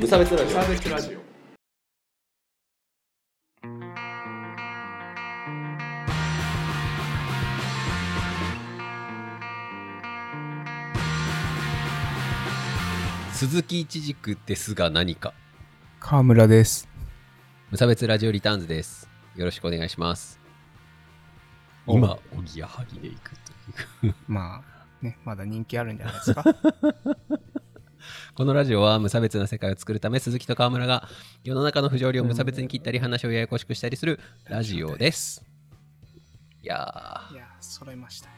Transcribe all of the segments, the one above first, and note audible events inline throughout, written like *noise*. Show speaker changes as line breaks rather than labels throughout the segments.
無差別ラジ
無
オ
差別ラジオ
鈴木一軸ですが何か
川村です。
無差別ラジオリターンズですよろしくお願いします
お
今おぎやはぎでいくという
まあ、ね、まだ人気あるんじゃないですか。
このラジオは無差別な世界を作るため鈴木と川村が世の中の不条理を無差別に切ったり話をややこしくしたりするラ *laughs* ジオですいや
いやー、揃いましたね。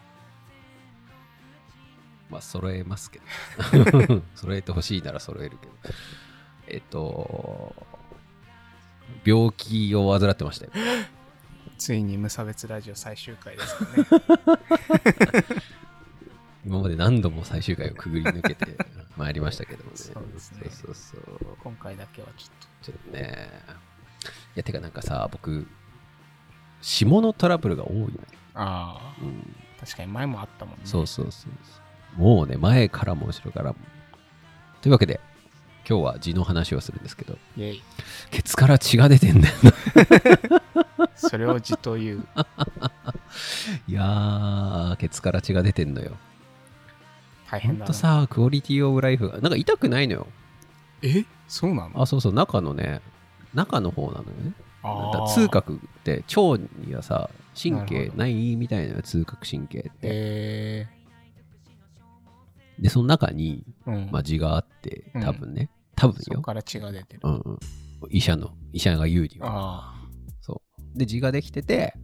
ーまあ揃えますけど
*laughs*
揃えてほしいなら揃えるけどえっと病気を患ってましたよ
ついに無差別ラジオ最終回です
*laughs*
かね。
今まで何度も最終回をくぐり抜け
*laughs*
てまいりましたけどもね。
そうですね
そうそうそう
今回だけはちょっ
ちょっとね。いや、てかなんかさ、僕、下のトラブルが多いのよ、
と。あ
うん。
あ、確かに前もあったもんね。
そうそうそうそう。もうね、前からも後ろからも。というわけで、今日は字の話をするんですけど、
イェイ。
ケツから血が出てんだよな。
それを字という。
いやー、ケツから血が出てんのよ。
大
ほ
変
ん
だ
と
な。
さ、クオリティオブライフが、なんか痛くないのよ。
えそうなの
あ、そうそう、中のね、中の方なのよね。だから
ー
痛。覚って腸にはさ神
なる
経
ほど
ないみたいなのよ痛覚神経って、
え
でその中に、
ー、うん。
まあ、痔があって
うん
多分ね、多分
そこ
よ、
から血が出てる。
うんうん、医者の医者が言うには
あ
そうで痔ができてて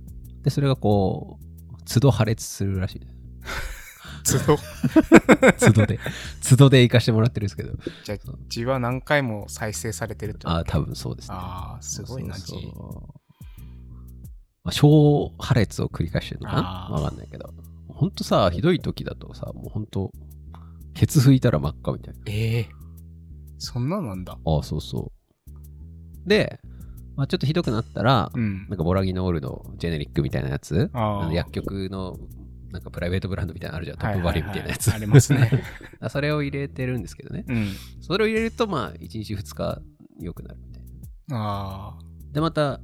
でそれがこう都度破裂するらしい
あ。つど。
都度で都度で行かしてもらってるんですけど
*laughs* じゃあ、字は何回も再生されてるって
ああ多
分。
分そうですね
ああ、すごいな、
そうそう
字。
そうまあ、小破裂を繰り返してるのかな
あー
わかんないけど。ほんとさ、ひどい時だとさ、もうほんと、ケツ拭いたら真っ赤みたいな。
ええー。そんななんだ。
ああ、そうそう。で、まあ、ちょっとひどくなったら、
うん
な。んかボラギノールのジェネリックみたいなやつ、
あ
あ
あ
の。薬局のなんかプライベートブランドみたいなのあるじゃん、ト
はい
ッ
は
プ
いは
バ
い
リューみたいなやつ。
ありますね。
*laughs* あそれを入れてるんですけどね。
うん。
それを入れると、まあ、1日2日良くなるみたいな。
あ
で、また、あ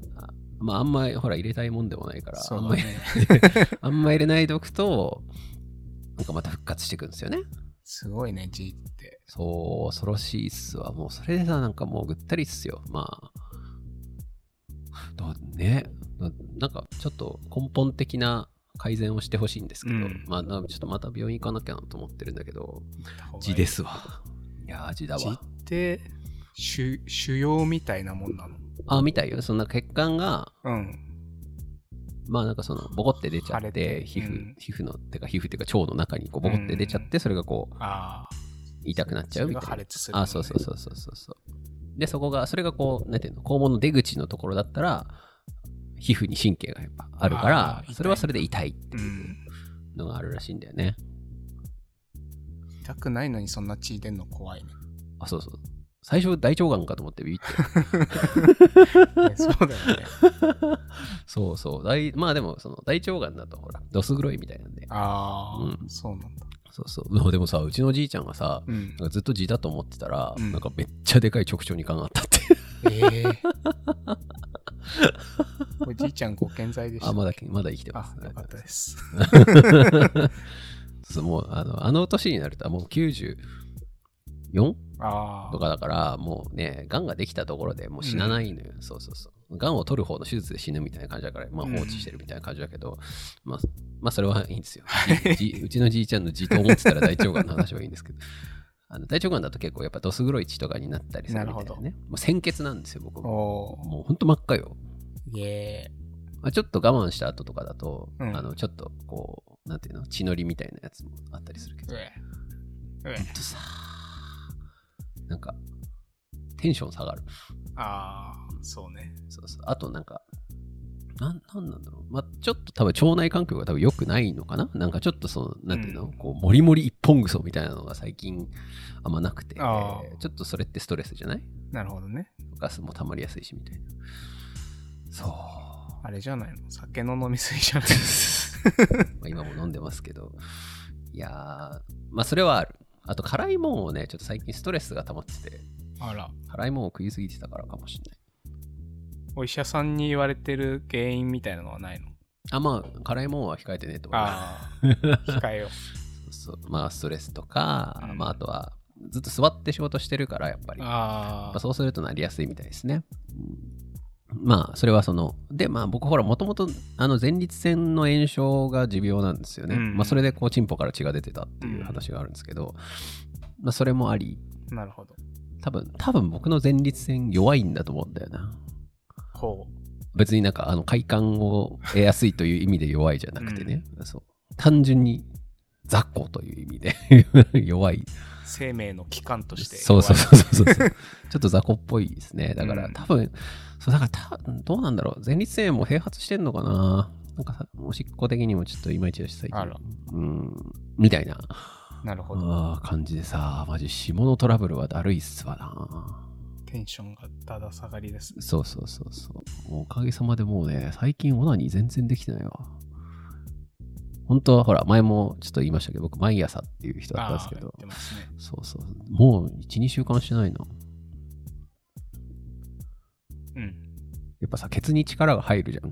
まあ、あんまりほら入れたいもんでもないか
あ、
ら、
そ
あん
う
ま
だ
り
ね。
あんま入れないでおくと、なんかまた復活していくんですよね。
すごいね、G って。
そう、恐ろしいっすわ。もうそれでさ、なんかもうぐったりっすよ。まあ。だね。ななんかちょっと根本的な改善をしてほしいんですけど、
うん
まあ、なちょっとまた病院行かなきゃなと思ってるんだけど、字
字。
ですすわ。いやー、字だ
字
わ。
って、腫腫瘍みたいなもんなの。
あ、見たいよ。そんな血管が、
うん。
まあなんかその、ボコって出ちゃ
腫
っ
れ
て、
て
皮膚、
うん
皮膚の、てか皮膚っていうか腸の中にこうボコって出ちゃって、それがこう、
ああ。
痛くなっちゃうみたい
それが
な
破。裂する、
あ、そうそうそうそうそうそう。で、そこが、それがこう、なんていうの、肛門の出口のところだったら、皮膚に神経がやっぱあるか
あー
ら
痛、い
それはそれで痛いって
う。う
い
ん。
うのがあるらしいんだよね。
痛くないのにそんな血出んの
*laughs*
怖いね。
あ、そうそう。最初大腸がんかと思ってビビっ
*laughs*
て。
ねそうだよね。
そうそう。大まあでも、その大腸がんだとほら、ドス黒いみたいなんで。
ああ、
うん
そうなんだ。
そうそう。もうでもさ、うちのじいちゃんがさ、
うん
な。んかずっと痔だと思ってたら、
うん
なんかめっちゃでかい直腸に感があった
*laughs*
って。
ええ
*laughs*
おじいちゃんご健在でした。
あ、まだ、まだ生きてます
あ、。よかったです。
*laughs* そうもうあのあの年になるともう 94?
あ
とかだからもうねがんができたところでもう死なないのよ、そうそうそうがんを取る方の手術で死ぬみたいな感じだから、まあ、
うん
放置してるみたいな感じだけど、まあ、まあそれはいいんですよ *laughs* じじうちのじいちゃんのじと思ってたら大腸がんの話はいいんですけどあの大腸がんだと結構やっぱどす黒い血とかになったりするみたい
な
な
るほ
ねもう鮮血なんですよ僕
あ。
も
お
もうほんと真っ赤よ
ー。イエ
まあ、ちょっと我慢した後とかだと、
うん
あのちょっとこうなんていうの血のりみたいなやつもあったりするけ
ー
ど
うえ。うえ
ほんとさ、なんか、テンション下がる。
ああ、そうね。
そうそう。あと、なんか、なん、なんなんだろう。まあ、ちょっと多分腸内環境が多分良くないのかななんかちょっとその、なんていうの、
うん
こう、もりもり一本ぐそみたいなのが最近あんまなくて、ち
あ
ょ
ー
っとそれってストレスじゃない
なるほどね。
ガスも溜まりやすいしみたいな。そう。ま
あれじゃないの酒の飲みすぎじゃない
あ、今も飲んでますけど。いやー、まあそれはある。あと辛いもんをね、ちょっと最近ストレスが溜まってて、
*laughs* あら。
辛いもんを食いすぎてたからかもしれない。
お医者さんに言われてる原因みたいなのはないの
あ、まあ、辛いもんは控えてねってことね
ああ。 *laughs* 控えよう。
そうそうまあ、ストレスとか、
うん
まあ、あとは、ずっと座って仕事してるから、やっぱり。
あ
まあ
あ。
そうするとなりやすいみたいですね。まあ、それはその、で、まあ僕ほら、もともとあの前立腺の炎症が持病なんですよね。
うん
まあそれでこう、チンポから血が出てたっていう話があるんですけど、まあそれもあり、
なるほど。
多分、多分僕の前立腺弱いんだと思うんだよな。
ほ。
別になんか、あの、快感を得やすいという意味で弱いじゃなくてね。そう。単純に、雑魚という意味で *laughs* 弱いう
生命の器官として。
そうそうそうそう
*laughs*
そうちょっと雑魚っぽいですねだから、
うん
多分そうだからたどうなんだろう前立腺炎も併発してんのかななんかさおしっこ的にもちょっといまいちだし最近
あら
うんみたいな
なるほど。
あー感じでさマジ下のトラブルはだるいっすわな
テンションがだだ下がりです。
そうそうそうそうもうおかげさまでもうね最近オナニー全然できてないわ本当はほら前もちょっと言いましたけど僕毎朝っていう人だったんですけ
言っ
ど
てますね。
そうそうもう12週間してないな
うん。
やっぱさ、ケツに力が入るじゃん。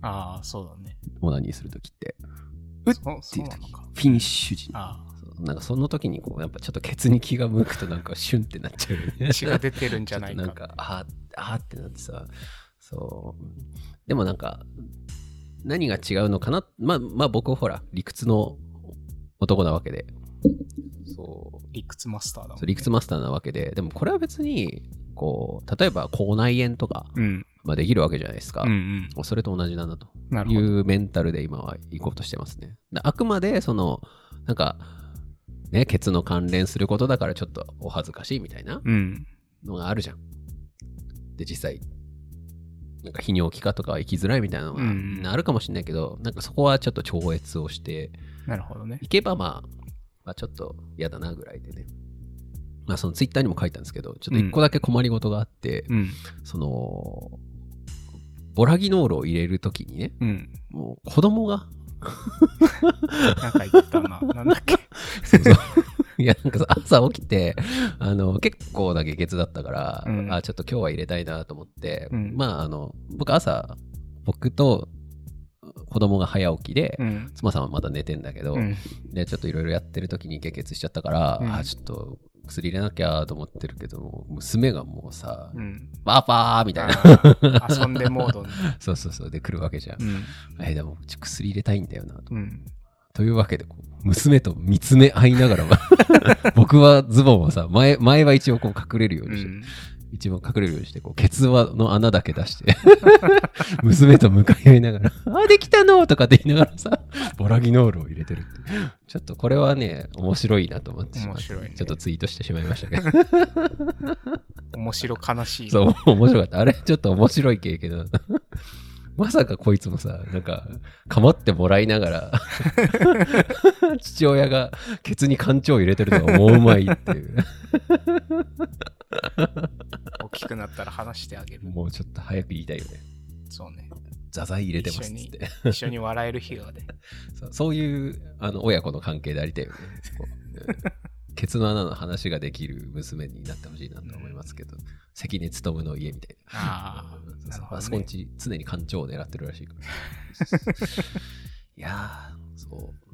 ああ、そうだね。
オナニーするときって。
う
う
っ
ってて
い
いうう
の
時
か。
フィニッシュ時に。
ああ、
そうなんかその時にこう、やっぱちょっとケツに気が向くとなんかシュンってなっちゃうよね。
血が出て *laughs* るんじゃない *laughs*
ちょっ
か。
となんか、あーあーってなってさ、そう。でもなんか、何が違うのかなまあ、まあ僕ほら、理屈の男なわけで。そう。
理屈マスターだもん、ね。
そう理屈マスターなわけで。でもこれは別に、こう、例えば口内炎とか、
うん。
まあできるわけじゃないですか。
うんうん。
それと同じだなと。
なる
い
ほど。
うメンタルで今は行こうとしてますね。だあくまでそのなんかねケツの関連することだからちょっとお恥ずかしいみたいな
うん。
のがあるじゃん。で実際なんか泌尿器科とかは行きづらいみたいなの
うんうん
があるかもしれないけど、なんかそこはちょっと超越をして
なるほどね。
いけばまあ、まあ、ちょっと嫌だなぐらいでね。まあそのツイッターにも書いたんですけどちょっと一個だけ困りごとがあって、
うん。
そのボラギノールを入れるときにね
うん。
もう子供が
なんか言ってた *laughs* な。なんだっけ。
そうそう *laughs* いや、なんかさ、朝起きて、あの、結構な下血だったから、
うん
あ、ちょっと今日は入れたいなと思って、
うん
まあ、あの、僕朝、僕と子供が早起きで、
*laughs* うん。
妻さんはまだ寝てんだけど、
うん。
で、ちょっといろいろやってる時に下血しちゃったから、
うん
あ、ちょっと薬入れなきゃと思ってるけども、娘がもうさ、
うん。
パーパーみたいな、
あー遊んでモードに。
*laughs* そうそうそう、で来るわけじゃん。
うん。
え、でもうち薬入れたいんだよなと。
うん。
というわけでこう娘と見つめ合いながら
*laughs*
僕はズボンはさ前前は一応こう隠れるよう
う
にして、
ん。
一応隠れるようにしてこうケツ輪の穴だけ出して *laughs* 娘と向かい合いながら「あできたの!」とかって言いながらさボラギノールを入れてるっていうちょっとこれはね面白いなと思ってしまって
面白いね
ちょっとツイートしてしまいましたけど
面白悲し
*laughs*
い。
そう面白かったあれちょっと面白い経験だった *laughs* まさかこいつもさなんか構ってもらいながら *laughs* 父親がケツに勘丁を入れてるのがもううまいっていう
大きくなったら話してあげる。
もうちょっと早く言いたいよね
そうね。
座材入れてますっつって
一緒に笑える日がね。
そうそういうあの親子の関係でありたいよねこう
*laughs*
うんケツの穴の話ができる娘になってほしいなと思いますけど関根勤の家みたいな
あ
うん
あ、なる
*laughs*
ほ
あそこ
ど
ん
ね。
ち常に艦長を狙ってるらしいから
*laughs*
いやーそう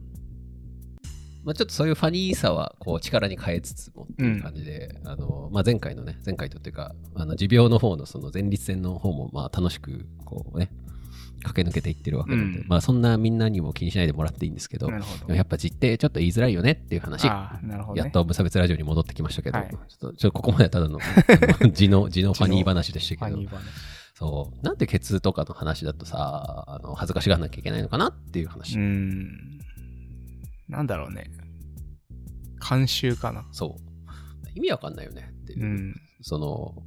まあちょっとそういうファニーさはこう力に変えつつもっていう感じで、あのまあ、前回のね前回とっていうかあの持病の方のその前立腺の方もまあ楽しくこうね駆け抜けていってるわけなので、
うん
まあそんなみんなにも気にしないでもらっていいんですけど
なるほど。
やっぱ実定ちょっと言いづらいよねっていう話
ああ、なるほど、ね。
やっと無差別ラジオに戻ってきましたけど、
はい
ちょっとちょっとここまではた
*laughs*
だのあの地の地のファニー話でした
ファ
けど
ニー話。
そう。なんでケツとかの話だとさ、あの恥ずかしがらなきゃいけないのかなっていう
う
話。
ーん。なんだろうね。慣習かな。
そう。意味わかんないよねっていうう。
ん。
その、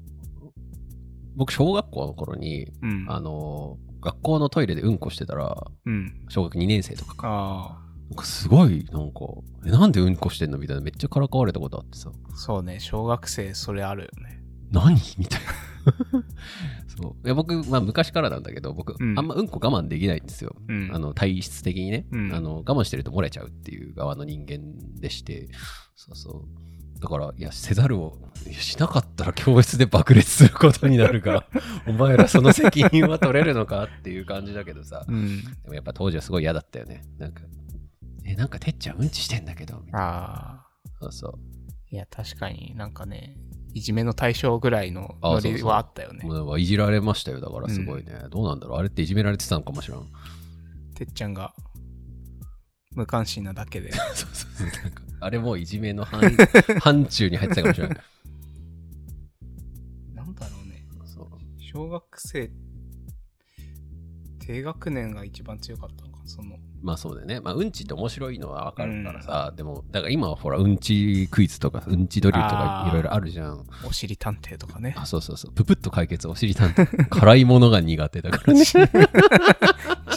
僕、小学校の頃に、
うん。
あの、学校のトイレでうんこしてたら、
うん。
小学2年生とかか。
あ
なんかすごい、なんか、え、なんでうんこしてんのみたいな、めっちゃからかわれたことあってさ、
あ、そうね。小学生、それあるよね。
何みたいな。 *laughs* そう。いや、僕、まあ、昔からなんだけど、僕、
うん
あんまうんこ我慢できないんですよ。
うん。
あの体質的にね、
うん
あの我慢してると漏れちゃうっていう側の人間でしてそうそうだから、いや、せざるをいやしなかったら教室で爆裂することになる
*laughs*
から、お前らその責任は取れるのかっていう感じだけどさ、
うん。
でもやっぱ当時はすごい嫌だったよね。なんか、え、なんかてっちゃんうんちしてんだけど、みたいな。
ああ。
そうそう。
いや、確かになんかね、いじめの対象ぐらいの
あ
ノ
そう
リ
そう
はあったよね。
もうなんかいじられましたよ、だからすごいね。どうなんだろうあれっていじめられてたのかもしらん。
てっちゃんが無関心なだけで。 *laughs*
そうそうそう。なんかあれもういじめの範範疇に入ってたかもしれない。
なんだろうね。
そう
小学生、低学年が一番強かったのか、その。
まあそうだよね。まあうんちって面白いのはわかるからさ、でも、だから今はほら、うんちクイズとか、うんちドリルとか
あー
いろいろあるじゃん。
おしり探偵
*laughs*
とかね
あ、。そうそうそう。ぷぷっと解決、お尻たん辛いものが苦手だ
*laughs*
からね。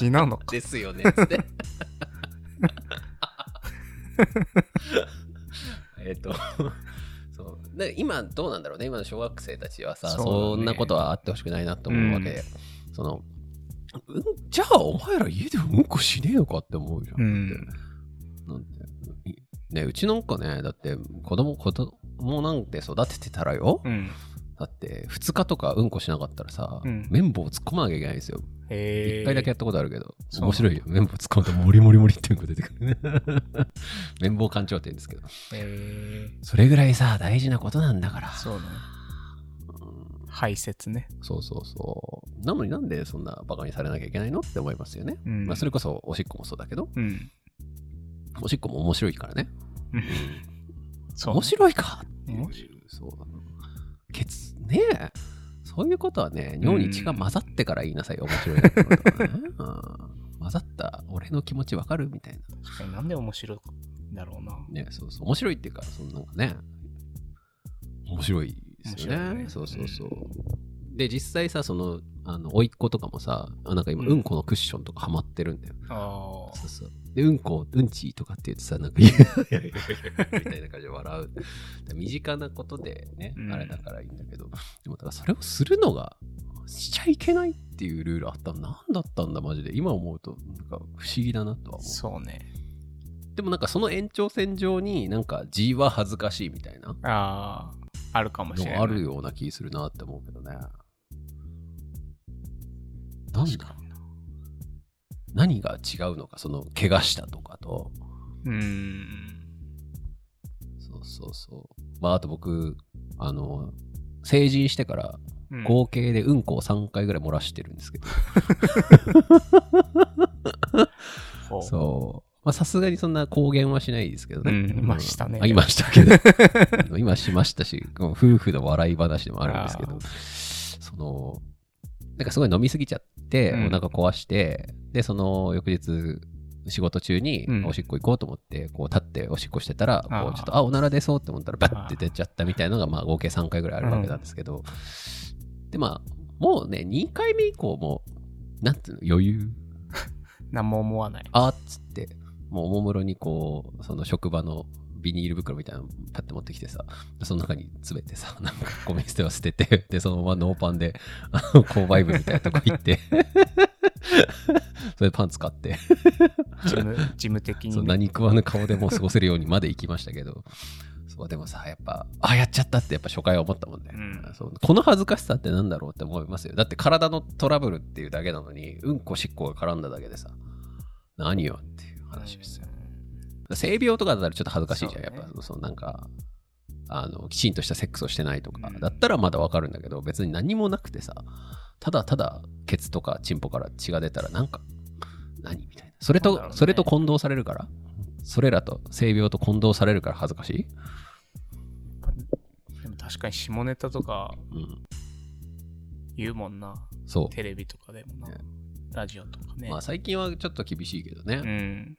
違うのか。
ですよ
*laughs*
ね、つって。えっと。そうで今どうなんだろうね今の小学生たちはさそ,、
そうだね
んなことはあってほしくないなと思うわけで、その、うん、じゃあお前ら家でうんこしねえのかって思うじゃん、
うん。
なんでいねうちなんかねだって子供子供なんて育ててたらよ、
うん。
だって2日とかうんこしなかったらさ、
うん
綿棒突っ込まなきゃいけないんですよ
へえ。
一回だけやったことあるけど、
そうなん
面
だ
白いよ。綿棒突っ込むと、モリモリモリっていうのが出てく *laughs* るね。綿棒館長って言うんですけど、
へえ。
それぐらいさ、大事なことなんだから。
そうね。
うん
排泄ね。
そうそうそう。なのになんでそんなバカにされなきゃいけないのって思いますよね。
うん。
まあ、それこそおしっこもそうだけど、
うん。
おしっこも面白いからね。
うんそうね。
面白いか
面
白い。そうなの。ケツ、ねえ。そういうことはね、尿に血が混ざってから言いなさいよ、面白いなってことは *laughs* ね、うん混ざった俺の気持ちわかるみたいな。
確かになんで面白いんだろうな。
ね、そうそう、面白いっていうか、そのなんかね、面白いですよ
面
ね。
白いね
そうそうそう。で、実際さ、その、あの、甥っ子とかもさ、あなんか今、
うん
うんこのクッションとかハマってるんだよ。
ああ。
そうそう。で、うんこ、うんちとかって言ってさ、なんか、いやいやいやい *laughs* や *laughs* みたいな感じで笑う。身近なことでね
う、ん
あれだからいいんだけど、でも、だからそれをするのが、しちゃいけないっていうルールあったの何だったんだ、マジで。今思うと、なんか、不思議だなとは思う。
*laughs* そうね。
でもなんかその延長線上になんか G は恥ずかしいみたいな
ああ、あるかもしれない。
のあるような気するなって思うけどね。なん
確
だ
かにな。
何が違うのかその怪我したとかと。
うーん。
そうそうそう。まああと僕あの成人してから
うん
合計でうんこを3回ぐらい漏らしてるんですけど、
ほう
そう。まあさすがにそんな公言はしないですけどね。
うんまあしたね
あ今したけど。あの *laughs* 今しましたし、この夫婦の笑い話でもあるんですけ
あ
ど、その、なんかすごい飲みすぎちゃって、
うん
お腹壊して、で、その翌日、仕事中に
うん
おしっこ行こうと思って、こう立っておしっこしてたら、
あー
こうちょっと、あ、おなら出そうって思ったら、バッて出ちゃったみたいなのが、まあ合計3回ぐらいあるわけなんですけど、で、まあ、もうね、2回目以降も、なんていうの、余裕
*laughs* 何も思わない。
あーっつって、もうおもむろにこう、その職場のビニール袋みたいなのパッて持ってきてさ、その中に詰めてさ、 *laughs* なんかゴミ捨ては捨てて、で、そのままノーパンで、あの、購買部みたいなとこ行って、それでパン使って、
事
*laughs*
務、事務的
そ
に
う
ね。
何食わぬ顔でもう過ごせるようにまで行きましたけど、そうでもさ、やっぱ、あ、やっちゃったってやっぱ初回は思ったもんね。
うん
そうこの恥ずかしさってなんだろうって思いますよ。だって体のトラブルっていうだけなのに、うんこしっこが絡んだだけでさ、何よっていう話ですよ。性病とかだったらちょっと恥ずかしいじゃん、
そうね
やっぱそのなんかあのきちんとしたセックスをしてないとか、
うん
だったらまだわかるんだけど別に何もなくてさただただケツとかチンポから血が出たらなんか何みたいなそれ
そ
と
うだろうね
それと混同されるからそれらと性病と混同されるから恥ずかしい、
でも確かに下ネタとか
うん、
言うもんな。
そう、
テレビとかでもな
ね。
ラジオとかね。
まあ最近はちょっと厳しいけどね
う、ん。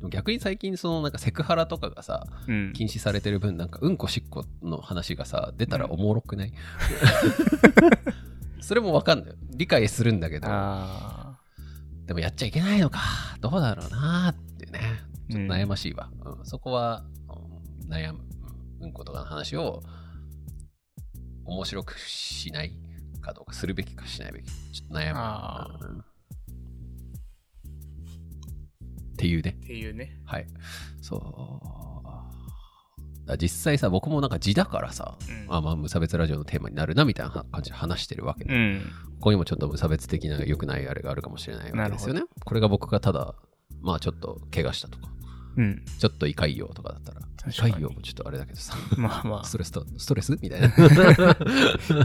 でも逆に最近そのなんかセクハラとかがさ
うん。
禁止されてる分なんかうんこしっこの話がさ出たらおもろく
*laughs*
ない、それもわかんない理解するんだけど
あ
でもやっちゃいけないのかどうだろうなーってねちょっと悩ましいわ、うんそこは、うん悩むうんうんことかの話を面白くしないかどうかするべきかしないべきかちょっと悩む
あ
うんっていうね
ーっていうね。
はい。そう。だから実際さ、僕もなんか字だからさ、
うん
あまあ無差別ラジオのテーマになるなみたいなは感じで話してるわけで、
うん。
ここにもちょっと無差別的な良くないあれがあるかもしれないわけですよね。これが僕がただ、まあちょっと怪我したとか、
うん。
ちょっと胃潰瘍とかだったら、胃
確かに
潰瘍もちょっとあれだけどさ、
まあま
ストレスと、ストレスみたい
*laughs*
な、
あ。
*laughs*
い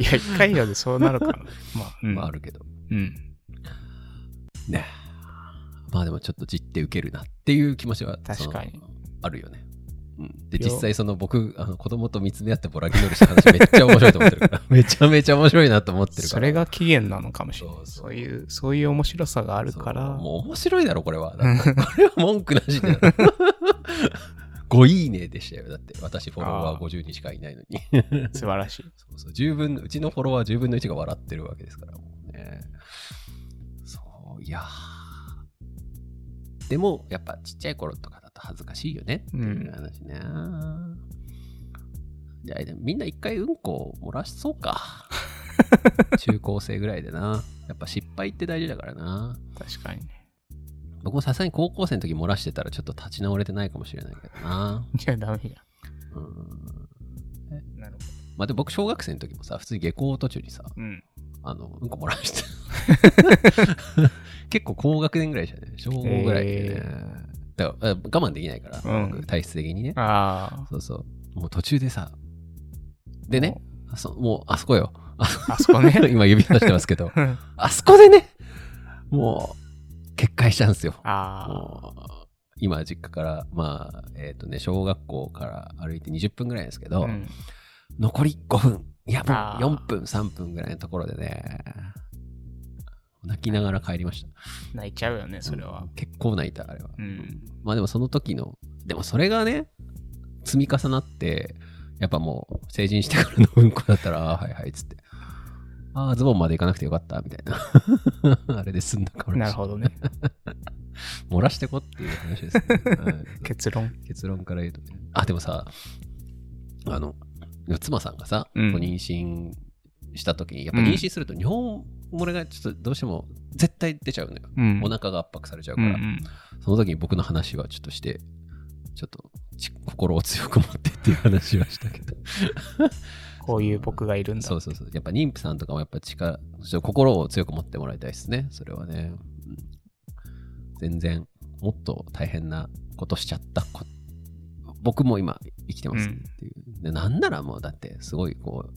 や、一回やでそうなるかな。まあ、うん。
まああるけど。
うん。
ねまあでもちょっとじって受けるなっていう気持ちは
確かに
そのあるよね。うん、で
よ
実際その僕あの子供と見つめ合ってボラギノールした話めっちゃ面白いと思ってるから
*laughs*
めちゃめちゃ面白いなと思ってるから
それが起源なのかもしれない。
そうそう
そういう、そういう面白さがあ
あ
るから。
もう面白いだろこれはだってこれは文句なし
*laughs*
で *laughs* ごいいねでしたよだって私フォロワー50人しかいないのに
素晴らしい。
そうそう十分うちのフォロワー10分の1が笑ってるわけですからもうねそういやーでもやっぱちっちゃい頃とかだと恥ずかしいよねっていう話ね、じゃあみんな一回うんこを漏らしそうか中高生ぐらいでなやっぱ失敗って大事だからな
確かにね。 *laughs*
僕もさすがに高校生の時漏らしてたらちょっと立ち直れてないかもしれないけどな
じゃあダメや。
うん
なるほ
まあでも僕小学生の時もさ普通に下校途中にさ
ど。うん。
あの、うんこ漏らして。
*laughs*
結構高学年ぐらいでしたね。小5ぐらいでね。だからあ我慢できないから、
うん
僕体質的にね。
あ
そうそう。もう途中でさ。で
あ。
ね、そもうあそこよ。
あそこね。
*laughs* 今指さしてますけど
うん。
あそこでね、もう、決壊しちゃうんですよ。
*laughs* あ
もう今、実家から、まあ、えっ、とね、小学校から歩いて20分ぐらいですけ
あ。
ど、
うん。
残り5分、いや、もう
あー
4分、3分ぐらいのところでね、泣きながら帰りました。
泣いちゃうよね、それは。
結構泣いた、あれは。
うん。
まあでもその時の、でもそれがね、積み重なって、やっぱもう成人してからのうんこだったら、ああ、はいはい、つって。ああ、ズボンまで行かなくてよかった、みたいな。あ *laughs* れで済んだかもしれ
な
ない
るほど
*laughs*
ね。
漏らしてこっていう話ですね。うん
結論。
結論から言うとね。あ、でもさ、あの、妻さんがさ、
うん
こう妊娠した時に、やっぱ妊娠すると日本漏れがちょっとどうしても絶対出ちゃうのよ。
うん。
お腹が圧迫されちゃう
う
か
んう
ら、
ん。
その時に僕の話はちょっとして、ちょっとち心を強く持ってっていう話はしたけど。
こういう僕がいるんだ。
そうそうそう。やっぱ妊婦さんとかもやっぱ力、ちょっと心を強く持ってもらいたいですね。それはね。うん全然、もっと大変なことしちゃったこ僕も今生きてますっていう。でなんならもうだってすごいこう、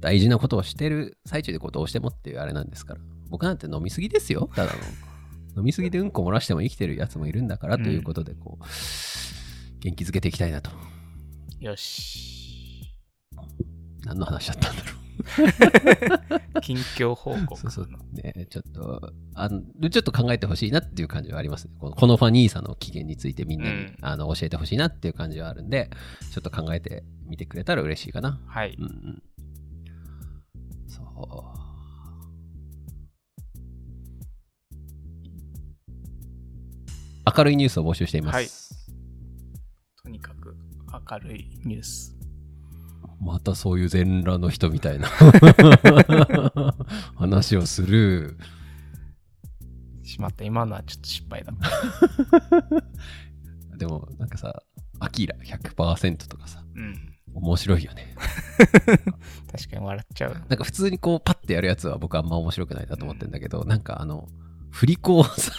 大事なことをしてる最中でこうどうしてもっていうあれなんですから。僕なんて飲みすぎですよ。た *laughs* だの。飲みすぎでうんこ漏らしても生きてるやつもいるんだからということで、こう、元気づけていきたいなと。
よし。
何の話だったんだろう。
近況報
*laughs*
告。
そうそうね、ちょっとあの、ちょっと考えてほしいなっていう感じはありますね。このこのファニーさの起源についてみんなに、
うん
あの教えてほしいなっていう感じはあるんで、ちょっと考えてみてくれたら嬉しいかな。
はい。
うんうん。そう。明るいニュースを募集しています。
はいとにかく明るいニュース。
またそういう全裸の人みたい
*laughs*
な話をする。
しまった、今のはちょっと失敗だった。
でもなんかさ、アキラ100%とかさ、
うん。
面白いよね。
確かに笑っちゃう。
なんか普通にこうパッてやるやつは僕あんま面白くないなと思ってんだけど、なんかあの、振り子をさ、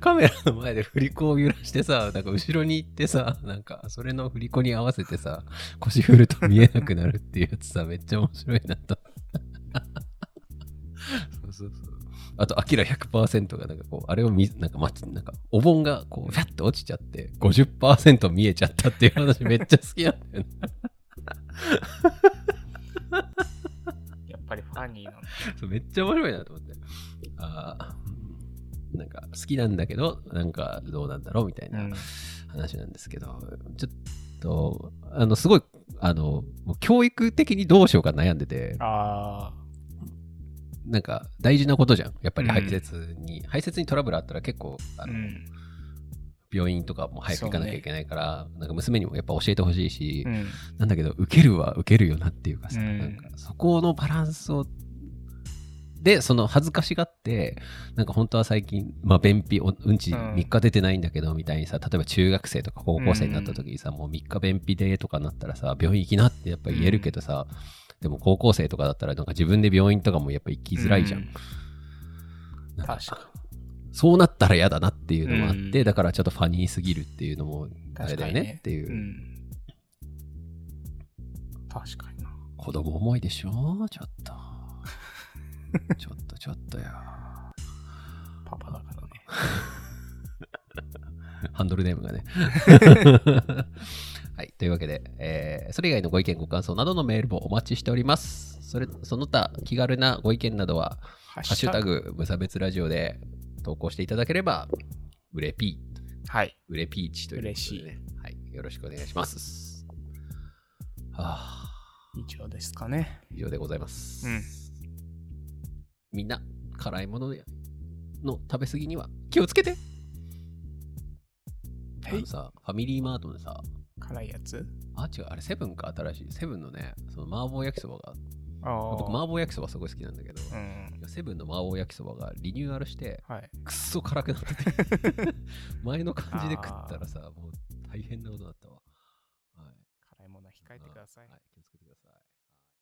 カメラの前で振り子を揺らしてさ、なんか後ろに行ってさ、なんかそれの振り子に合わせてさ、腰振ると見えなくなるっていうやつさ、めっちゃ面白いなと。そうそうそう。あと、アキラ100%がなんかこう、あれを見、なんかま、なんかお盆がこう、フャッと落ちちゃって、50%見えちゃったっていう話めっちゃ好きなんだよね。
やっぱりファニーなんだ。。
そうめっちゃ面白いなと思って。あーなんか好きなんだけど、なんかどうなんだろうみたいうなん話なんですけど、ちょっと、あの、すごい、あの、もう教育的にどうしようか悩んでて、
あ
なんか大事なことじゃん。やっぱり
うん
排泄に、排泄にトラブルあったら結構、あ
あ。う
の
ん。
病院とかも早く行かなきゃ
そうね
いけないから、なんか娘にもやっぱ教えてほしいし、
うん。
なんだけど、受けるは受けるよなっていうかさ、
うん
なんかそこのバランスをで、その恥ずかしがって、なんか本当は最近、まあ、便秘、おうんち
うん
3日出てないんだけどみたいにさ、例えば中学生とか高校生になった時にさ、もう3日便秘でとかなったらさ、病院行きなってやっぱ言えるけどさ、でも高校生とかだったら、なんか自分で病院とかもやっぱ行きづらいじゃん。
う
なん
確か
そうなったら嫌だなっていうのもあって、
うん
だからちょっとファニーすぎるっていうのも、あれ
確
だ
か
よ
に
ねっていうう。
ん、確かにな
子供重いでしょちょっと。ちょっとちょっとや。
パパだからね
ハンドルネームがね。はい。というわけで、えーそれ以外のご意見、ご感想などのメールもお待ちしております。それ、その他、気軽なご意見などは、ハ
ハ
ッシュタグ、無差別ラジオで投稿していただければ、うれぴー、
はい。
うれピーチということでね。はい。よろしくお願いします。はあ。
以上ですかね。
以上でございます。
うん
みんな、辛いものやの食べ過ぎには気をつけてあ
はい
の。さ、ファミリーマートでさ、
辛いやつ
あ、違う、あれ、セブンか、新しい。セブンのね、その麻婆焼きそばが、
ああ。
僕、麻婆焼きそばすごい好きなんだけど、
うん。
セブンの麻婆焼きそばがリニューアルして、
はい。
くっそ辛くなってて、
*laughs*
前の感じで食ったらさ、もう大変なことだったわ。はい。
辛いものは控えてください
は。い、気をつけてください。